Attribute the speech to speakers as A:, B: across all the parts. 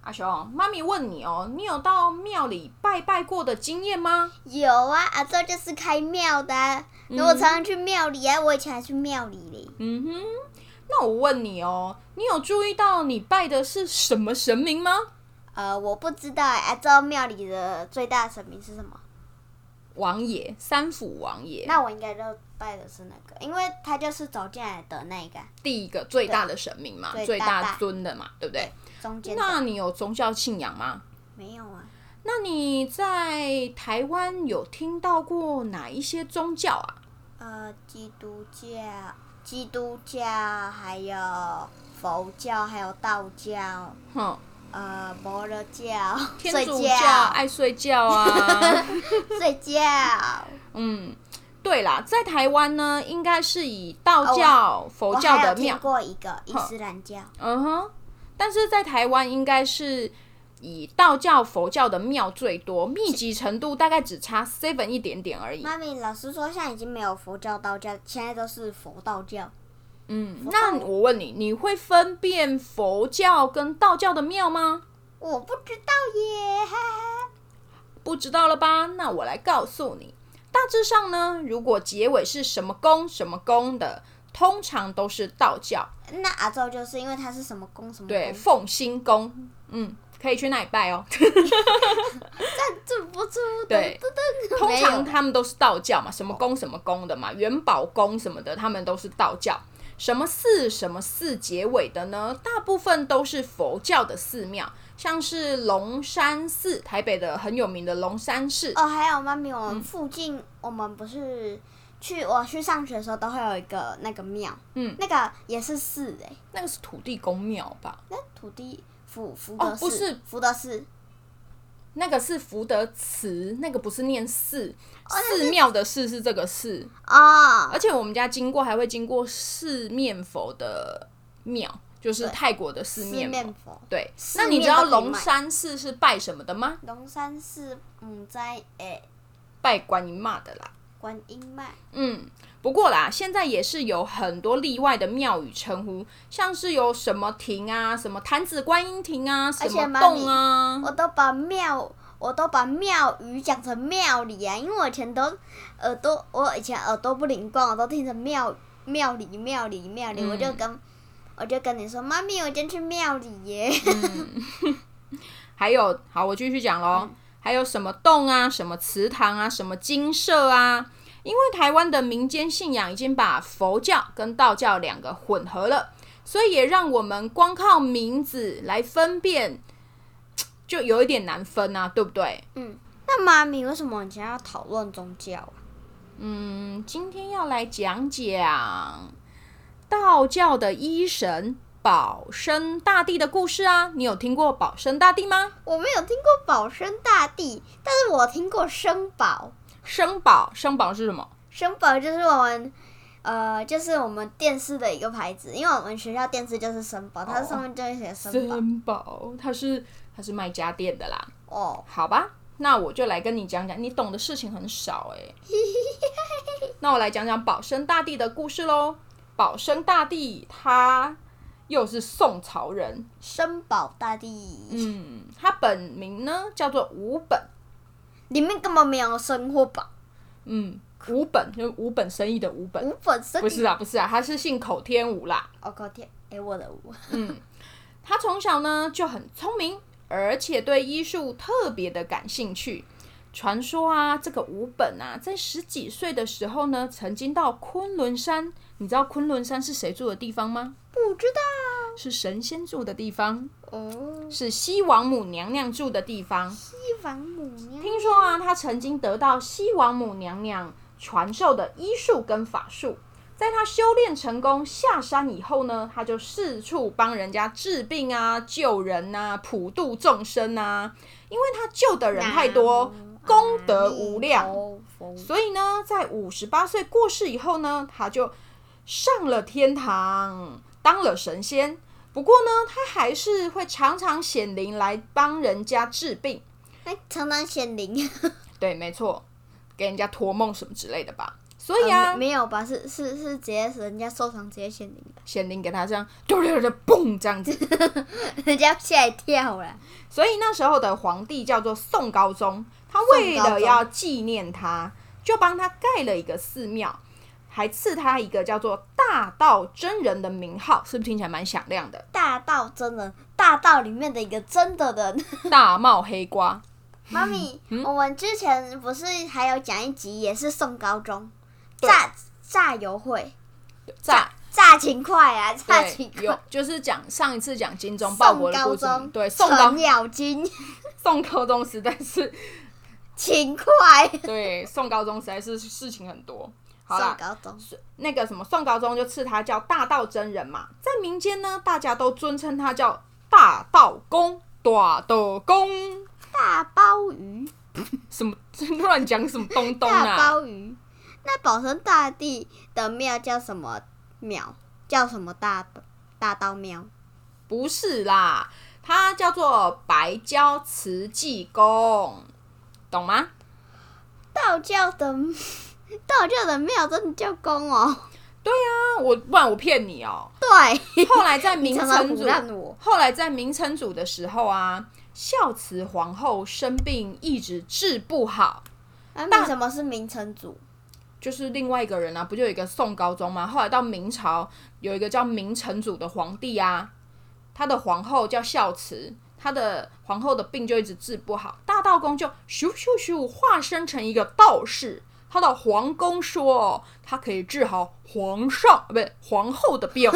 A: 阿雄，妈咪问你哦，你有到庙里拜拜过的经验吗？
B: 有啊，阿周就是开庙的、啊，那我常常去庙里啊，我以前还去庙里嘞。
A: 嗯哼，那我问你哦，你有注意到你拜的是什么神明吗？
B: 呃，我不知道哎、阿周庙里的最大神明是什么？
A: 王爷，三府王爷，
B: 那我应该就拜的是那个，因为他就是走进来的那一个
A: 第一个最大的神明嘛，
B: 对
A: 最
B: 大
A: 大
B: 大
A: 尊的嘛，对不对？
B: 中间
A: 那
B: 的
A: 你有宗教信仰吗？
B: 没有啊。
A: 那你在台湾有听到过哪一些宗教啊？
B: 呃，基督教、基督教还有佛教，还有道教，
A: 哼，
B: 呃，摩罗教、
A: 天
B: 睡
A: 主教
B: 觉、哎
A: 爱睡 觉啊。
B: 睡觉。
A: 嗯，对啦，在台湾呢，应该是以道
B: 哦
A: 教、
B: 我
A: 佛教
B: 还有
A: 的
B: 听
A: 庙，
B: 过一个伊斯兰教，
A: 嗯哼。但是在台湾应该是以道教、佛教的庙最多，密集程度大概只差 seven 一点点而已。
B: 妈咪，老实说，现在已经没有佛教、道教，现在都是佛道教。
A: 嗯，那我问你，你会分辨佛教跟道教的庙吗？
B: 我不知道耶，哈哈。
A: 不知道了吧？那我来告诉你，大致上呢，如果结尾是什么宫什么宫的，通常都是道教，
B: 那阿宙就是因为他是什么宫什么
A: 对，
B: 宫，
A: 奉新宫，嗯，可以去那里拜哦。
B: 赞助不出，
A: 对
B: 噔噔噔
A: 通
B: 没有
A: 常他们都是道教嘛，什么宫什么宫的嘛，元宝宫什么的，他们都是道教。什么寺什么寺结尾的呢？大部分都是佛教的寺庙，像是龙山寺，台北的很有名的龙山寺。
B: 哦，还有妈咪，我们附近、我们不是去我去上学的时候都会有一个那个庙，
A: 嗯，
B: 那个也是寺哎、
A: 那个是土地公庙吧？
B: 那土地福福
A: 哦
B: 德寺、
A: 不是
B: 福德寺，
A: 那个是福德祠，那个不是念寺，寺庙的寺是这个寺，
B: 哦
A: 而且我们家经过还会经过四面佛的庙，就是
B: 对
A: 泰国的四
B: 四
A: 面佛。
B: 面佛。
A: 对，
B: 四
A: 那你知
B: 面
A: 道
B: 都可以
A: 龙
B: 卖
A: 山寺是拜什么的吗？
B: 龙山寺，嗯，在诶、
A: 拜观音妈的啦。
B: 观音脉，
A: 嗯，不过啦，现在也是有很多例外的庙宇称呼，像是有什么亭啊，什么坛子观音亭啊，什
B: 而且
A: 么
B: 妈
A: 洞
B: 咪
A: 啊，
B: 我都把庙。我都把庙宇讲成庙里啊，因为我以前都耳朵，我以前耳朵不灵光，我都听成庙庙里庙里庙里，我就
A: 嗯
B: 跟我就跟你说，妈咪，我今天去庙里耶。
A: 还有，好，我继续讲喽。还有什么洞啊，什么祠堂啊，什么精舍啊？因为台湾的民间信仰已经把佛教跟道教两个混合了，所以也让我们光靠名字来分辨，就有一点难分啊，对不对？
B: 嗯那妈咪，为什么你今天要讨论宗教啊？
A: 嗯，今天要来讲讲道教的医神保生大帝的故事啊。你有听过保生大帝吗？
B: 我没有听过保生大帝，但是我听过生保。
A: 生保，生保是什么？
B: 生保就是我们，呃，就是我们电视的一个牌子，因为我们学校电视就是生保，它上面就会写生保。
A: 森宝，他是他是卖家电的啦，
B: 哦，
A: 好吧，那我就来跟你讲讲，你懂的事情很少 哎、那我来讲讲保生大帝的故事喽。保生大帝他又是宋朝人，
B: 生保大帝、
A: 嗯，他本名呢叫做吴本，
B: 里面根本没有生或保，
A: 嗯，吴本就是吴本生意的吴本，
B: 无本生
A: 不是啊不是啊，他是姓口天吴啦。
B: 哦，靠天，哎，我的我，
A: 他从小呢就很聪明，而且对医术特别的感兴趣。传说啊，这个吴本啊，在十几岁的时候呢，曾经到昆仑山。你知道昆仑山是谁住的地方吗？
B: 不知道
A: 是神仙住的地方，
B: 哦，
A: 是西王母娘娘住的地方。
B: 西王母娘
A: 听说啊，他曾经得到西王母娘娘传授的医术跟法术。在他修炼成功下山以后呢，他就四处帮人家治病啊、救人啊、普度众生啊。因为他救的人太多，
B: 哦
A: 功德无
B: 哎
A: 量，所以呢，在五十八岁过世以后呢，他就上了天堂，当了神仙。不过呢，他还是会常常显灵来帮人家治病。
B: 哎，常常显灵。
A: 对，没错，给人家托梦什么之类的吧。所以啊
B: 呃没，没有吧？是是是，直接人家收藏直接显灵的，
A: 显灵给他这样，嘟溜溜嘣这样子。
B: 人家吓一跳了。
A: 所以那时候的皇帝叫做宋高宗，他为
B: 宋高
A: 了
B: 宗
A: 要纪念他，就帮他盖了一个寺庙，还赐他一个叫做大道真人的名号，是不是听起来蛮响亮的？
B: 大道真人，大道里面的一个真的人。
A: 大帽黑瓜，
B: 妈咪，
A: 嗯
B: 我们之前不是还有讲一集，也是送高中
A: 对
B: 炸炸油会，
A: 在
B: 炸勤快啊，炸勤
A: 对
B: 快。
A: 有就是讲上一次讲精忠报国的
B: 高
A: 故事
B: 中，，
A: 对宋高
B: 程咬金，
A: 宋高宗实在是
B: 勤快。
A: 对宋高宗实在是事情很多。好啦
B: 送，高中，
A: 那个什么宋高宗就赐他叫大道真人嘛，在民间呢，大家都尊称他叫大道公、大道公，
B: 大鲍鱼，
A: 什么乱讲什么东东
B: 大
A: 啊？
B: 鲍鱼。那保生大帝的庙叫什么庙？叫什么大大道庙？
A: 不是啦，他叫做白蕉慈济宫，懂吗？
B: 道教的 道教的庙真的叫公哦。
A: 啊，我不然我骗你哦、
B: 对，
A: 后来在明
B: 常常
A: 成
B: 胡
A: 祖，
B: 乱我。
A: 后来在明成祖的时候啊，孝慈皇后生病一直治不好，
B: 啊，
A: 大
B: 你什么是明成祖？
A: 就是另外一个人啊，不就有一个宋高宗吗？后来到明朝有一个叫明成祖的皇帝啊，他的皇后叫孝慈，他的皇后的病就一直治不好，大道公就咻咻咻化身成一个道士，他到皇宫说他可以治好皇上不是皇后的 病，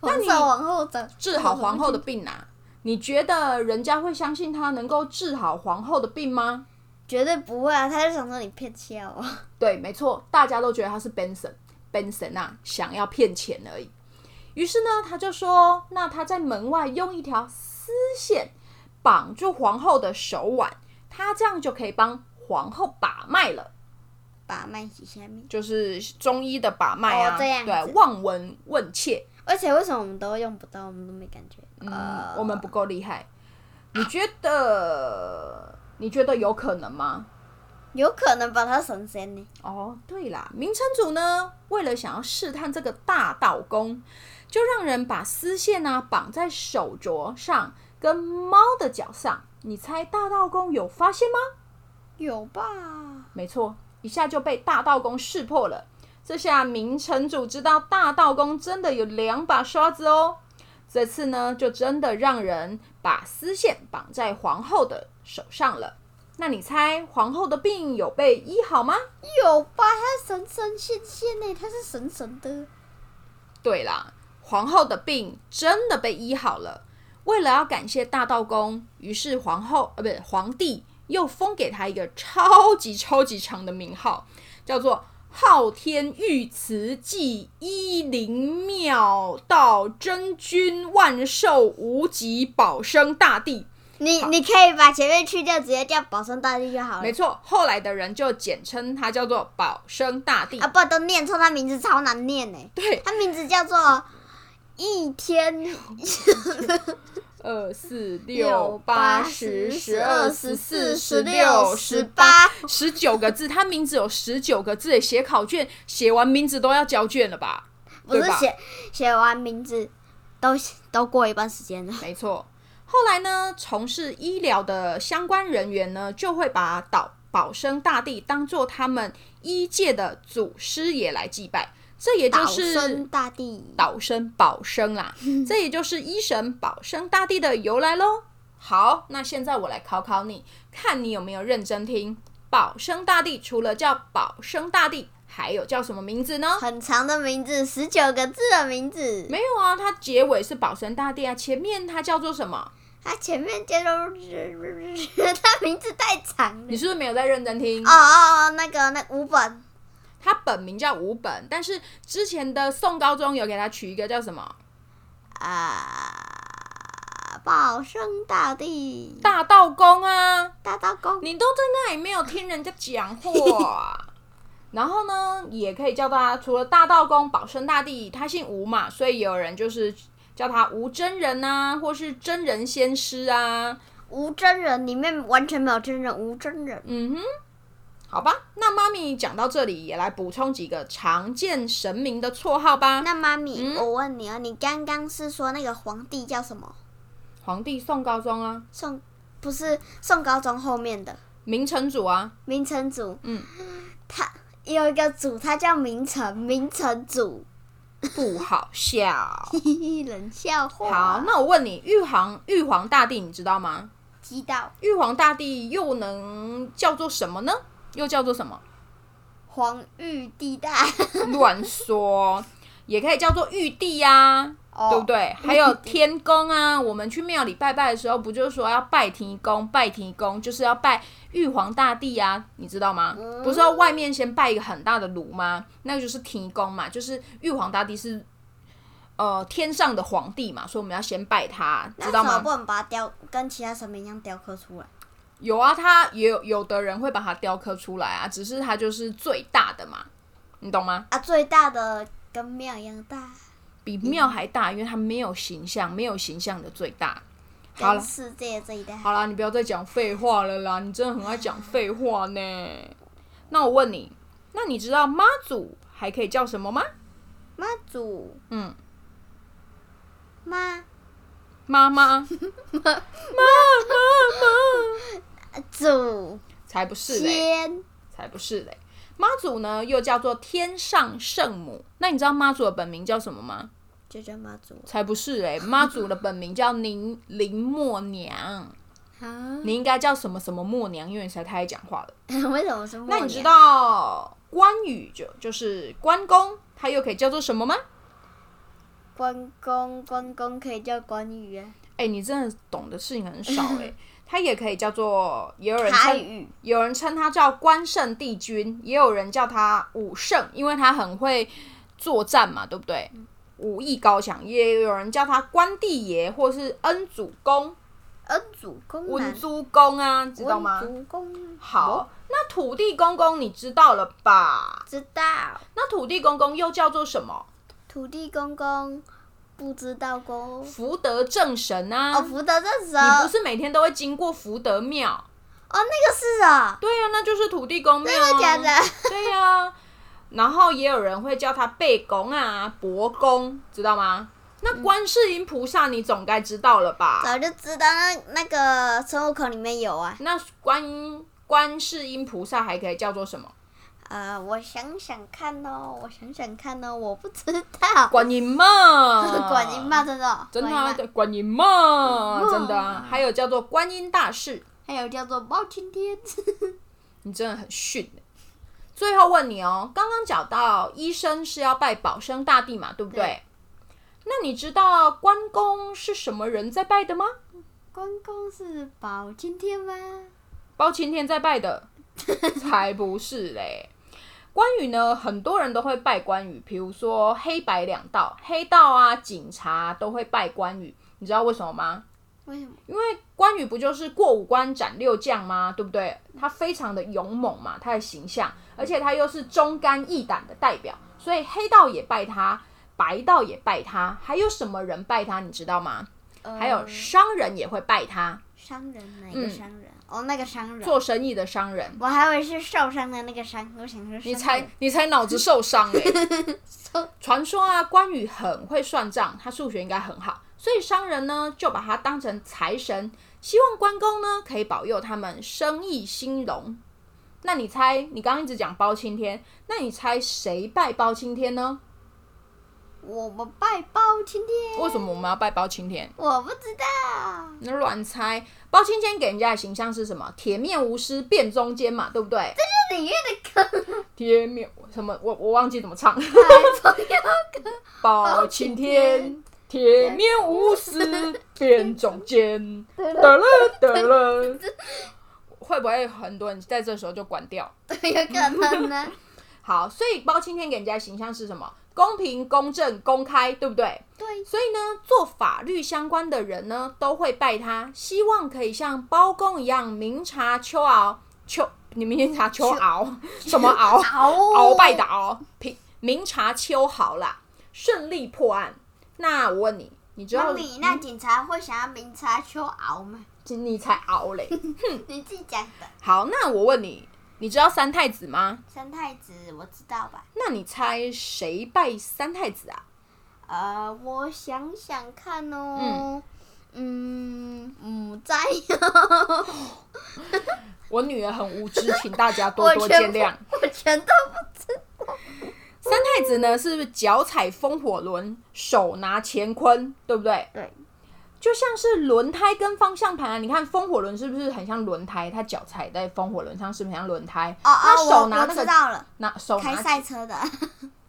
B: 皇
A: 你
B: 上皇后的
A: 治好皇后的病啊。你觉得人家会相信他能够治好皇后的病吗？
B: 绝对不会啊！他就想说你骗笑啊。
A: 对，没错，大家都觉得他是 Benson，Benson 啊，想要骗钱而已。于是呢，他就说，那他在门外用一条丝线绑住皇后的手腕，他这样就可以帮皇后把脉了，
B: 把脉洗下面，
A: 就是中医的把脉啊，
B: 哦这样子
A: 对，望闻问切。
B: 而且为什么我们都用不到，我们都没感觉？
A: 嗯，
B: 呃
A: 我们不够厉害。你觉得？你觉得有可能吗？
B: 有可能把他神仙呢？
A: 哦，对啦，明成祖呢，为了想要试探这个大道公，就让人把丝线呢、绑在手镯上，跟猫的脚上。你猜大道公有发现吗？
B: 有吧？
A: 没错，一下就被大道公识破了。这下明成祖知道大道公真的有两把刷子哦。这次呢，就真的让人把丝线绑在皇后的手上了。那你猜皇后的病有被医好吗？
B: 有吧？他神神仙仙呢？他是神神的。
A: 对啦，皇后的病真的被医好了。为了要感谢大道公，于是皇后呃，不是皇帝又封给他一个超级超级长的名号，叫做昊天御慈济医灵妙道真君万寿无极保生大帝。
B: 你你可以把前面去掉，直接叫保生大帝就好了
A: 没。错，后来的人就简称他叫做保生大帝。
B: 啊，不然都念错，他名字超难念呢。
A: 对，
B: 他名字叫做一天
A: 二四六
B: 六
A: 八
B: 八
A: 十
B: 十
A: 十
B: 十
A: 二
B: 二
A: 十
B: 十
A: 四
B: 四
A: 十
B: 十
A: 六
B: 六
A: 十
B: 十
A: 八
B: 八
A: 十九个字，他名字有十九个字，写考卷写完名字都要交卷了吧？
B: 不是
A: 对吧
B: 写写完名字都都过一半时间了。
A: 没错。后来呢，从事医疗的相关人员呢，就会把岛保生大帝当做他们医界的祖师爷来祭拜，这也就
B: 岛
A: 是
B: 生大帝，
A: 岛生保生啦，这也就是医神保生大帝的由来喽。好，那现在我来考考你，看你有没有认真听。保生大帝除了叫保生大帝，还有叫什么名字呢？
B: 很长的名字，十九个字的名字，
A: 没有啊，它结尾是保生大帝啊，前面它叫做什么？
B: 它前面接着，它名字太长了
A: 你。是不是没有在认真听
B: 嗯哦？哦，哦那个那五本
A: 他本名叫吴本，但是之前的宋高宗有给他取一个叫什么
B: 啊，保呃生大帝
A: 大道公啊？
B: 大道公，
A: 你都在那里没有听人家讲话。 然后呢，也可以叫他除了大道公、保生大帝，他姓吴嘛，所以有人就是叫他吴真人啊，或是真人仙师啊。
B: 无真人里面完全没有真人，无真人。
A: 嗯哼，好吧，那妈咪讲到这里，也来补充几个常见神明的绰号吧。
B: 那妈咪，
A: 嗯
B: 我问你哦，你刚刚是说那个皇帝叫什么？
A: 皇帝宋高宗啊，
B: 宋不是宋高宗后面的
A: 明成祖啊，
B: 明成祖，
A: 嗯，
B: 他有一个主，他叫明成，明成祖，
A: 不好笑。
B: 嘿嘿， 冷笑话。
A: 好，那我问你，玉皇玉皇大帝你知道吗？
B: 知道
A: 玉皇大帝又能叫做什么呢？又叫做什么？
B: 皇玉帝大，
A: 乱说，也可以叫做玉帝呀、
B: 哦
A: 对不对？还有天公啊， 我们去庙里拜拜的时候，不就说要拜天公？拜天公就是要拜玉皇大帝啊，你知道吗？不是要外面先拜一个很大的炉吗？那个就是天公嘛，就是玉皇大帝是呃天上的皇帝嘛，所以我们要先拜他，
B: 那
A: 知
B: 为
A: 道
B: 什
A: 吗
B: 么？不能把它雕跟其他神明一样雕刻出来？
A: 有啊，他也有有的人会把它雕刻出来啊，只是它就是最大的嘛，你懂吗？
B: 啊，最大的跟庙一样大，
A: 比庙还大，因为它没有形象，没有形象的最大。好
B: 跟
A: 了，
B: 世界最大。
A: 好了，你不要再讲废话了啦，你真的很爱讲废话呢。那我问你，那你知道妈祖还可以叫什么吗？
B: 妈祖
A: 嗯，
B: 妈，
A: 妈妈，妈妈妈，
B: 呃祖
A: 才不是嘞，
B: 先
A: 才不是嘞。妈祖呢，又叫做天上圣母。那你知道妈祖的本名叫什么吗？
B: 就叫妈祖
A: 才不是嘞，妈祖的本名叫林林默娘，
B: 啊？
A: 你应该叫什么什么默娘，因为你才太爱讲话了。
B: 为什么是默
A: 那
B: 娘？
A: 你知道关羽就就是关公，他又可以叫做什么吗？
B: 关公关公可以叫关羽啊？
A: 哎、你真的懂的事情很少哎、他也可以叫做，也有人
B: 台
A: 称
B: 语
A: 有人称他叫关圣帝君，也有人叫他武圣，因为他很会作战嘛，对不对？武艺高强，也有人叫他关帝爷或是恩主公、
B: 恩主公
A: 文
B: 难，
A: 珠公啊，知道吗？
B: 文主公
A: 好，那土地公公你知道了吧？
B: 知道，
A: 那土地公公又叫做什么？
B: 土地公公不知道公
A: 福德正神啊！
B: 哦，福德正神
A: 你不
B: 哦，
A: 是每天都会经过福德庙？
B: 那个是啊，
A: 对呀、啊，那就是土地公庙、啊。
B: 真的假的？
A: 对呀、然后也有人会叫他背公啊、伯公，知道吗？那观世音菩萨你总该知道了吧？
B: 早就知道那那个孙悟空里面有啊。
A: 那观观世音菩萨还可以叫做什么？
B: 呃，我想想看哦，我想想看哦，我不知道。
A: 观音 嘛，
B: 管音嘛，真的哦，
A: 真的
B: 管
A: 啊，
B: 音嘛
A: 对观音嘛，
B: 嗯
A: 真的啊，还有叫做观音大士，
B: 还有叫做包青天，
A: 你真的很逊欸。最后问你哦，刚刚讲到医生是要拜保生大帝嘛，对不对？
B: 对
A: 那你知道关公是什么人在拜的吗？
B: 关公是包青天吗？
A: 包青天在 拜的，才不是嘞。关羽呢，很多人都会拜关羽，比如说黑白两道，黑道啊、警察啊、都会拜关羽。你知道为什么吗？
B: 为什么？
A: 因为关羽不就是过五关斩六将吗？对不对？他非常的勇猛嘛，他的形象，而且他又是忠肝义胆的代表，所以黑道也拜他，白道也拜他，还有什么人拜他？你知道吗？
B: 呃
A: 还有商人也会拜他，
B: 商人哪
A: 嗯
B: 个商人？哦，那个商人，
A: 做生意的商人。
B: 我还以为是受伤的那个伤，我想说
A: 你
B: 商
A: 才
B: 人
A: 你才脑子受伤嘞、 传说啊，关羽很会算账，他数学应该很好，所以商人呢就把他当成财神，希望关公呢可以保佑他们生意兴隆。那你猜，你刚刚一直讲包青天，那你猜谁拜包青天呢？
B: 我们拜包青天。
A: 为什么我们要拜包青天？
B: 我不知道，
A: 那乱猜，包青天给人家的形象是什么？铁面无私，辨忠奸嘛，对不对？
B: 这里面的歌
A: 铁面什么？我我忘记怎么唱。
B: 还 不要歌，
A: 包青天，铁面无私，辨忠奸。得了得了， 会不会很多人在这时候就关掉？
B: 有可能 呢。
A: 好，所以包青天给人家的形象是什么？公平、公正、公开，对不对？
B: 对，
A: 所以呢，做法律相关的人呢，都会拜他，希望可以像包公一样明察秋毫。秋，你们明察秋毫，什 么敖？鳌
B: 鳌
A: 哦拜的鳌，平明察秋毫啦，顺利破案。那我问你，你知
B: 那
A: 道
B: 你那警察会想要明察秋毫吗？
A: 你才敖嘞？
B: 你自己讲的。
A: 好，那我问你，你知道三太子吗？
B: 三太子我知道吧？
A: 那你猜谁拜三太子啊？
B: 呃，我想想看哦。嗯嗯，在
A: 我女儿很无知，请大家多
B: 我
A: 多
B: 全
A: 见
B: 部
A: 谅。
B: 我全都不知
A: 三太子呢是脚踩风火轮，手拿乾坤，对不对？
B: 对，
A: 就像是轮胎跟方向盘啊。你看风火轮是不是很像轮胎？它脚踩在风火轮上，是不是很像轮胎？
B: 哦
A: 那
B: 哦，
A: 手
B: 我
A: 拿
B: 我
A: 那
B: 知
A: 个
B: 道了，
A: 拿手
B: 开
A: 拿
B: 赛车的，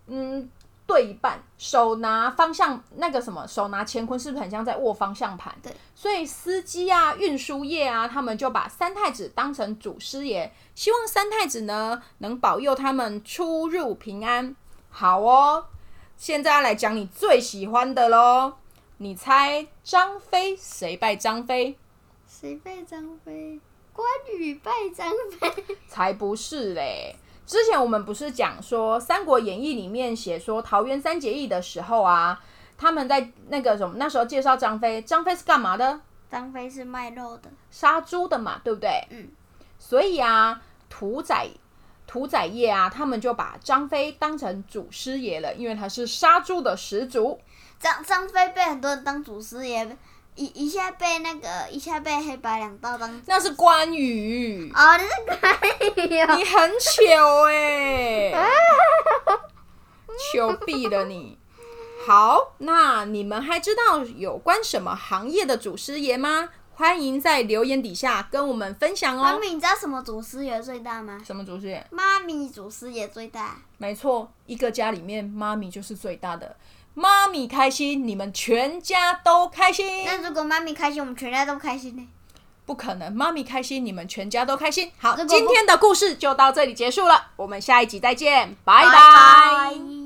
A: 嗯对一半，手拿方向那个什么，手拿乾坤是不是很像在握方向盘？
B: 对，
A: 所以司机啊、运输业啊，他们就把三太子当成祖师爷，希望三太子呢能保佑他们出入平安。好哦，现在来讲你最喜欢的喽。你猜张飞谁拜张飞？
B: 谁拜张飞？关羽拜张飞，
A: 才不是嘞！之前我们不是讲说《三国演义》里面写说桃园三结义的时候啊，他们在那个什么那时候介绍张飞，张飞是干嘛的？
B: 张飞是卖肉的，
A: 杀猪的嘛，对不对？
B: 嗯。
A: 所以啊，屠宰屠宰业啊，他们就把张飞当成祖师爷了，因为他是杀猪的始祖。
B: 张张飞被很多人当祖师爷，一一下被那个，一下被黑白两道当。
A: 那是关羽，
B: 哦，你是可以哦。
A: 你很糗哎、
B: 啊
A: 糗毙了你。好，那你们还知道有关什么行业的祖师爷吗？欢迎在留言底下跟我们分享
B: 妈
A: 哦。
B: 咪，你知道什么祖师爷最大吗？
A: 什么祖师爷？
B: 妈咪祖师爷最大，
A: 没错，一个家里面妈咪就是最大的，妈咪开心，你们全家都开心。
B: 那如果妈咪开心，我们全家都开心呢。
A: 不可能，妈咪开心，你们全家都开心。好，
B: 这个不
A: 今天的故事就到这里结束了，我们下一集再见，
B: 拜
A: 拜拜
B: 拜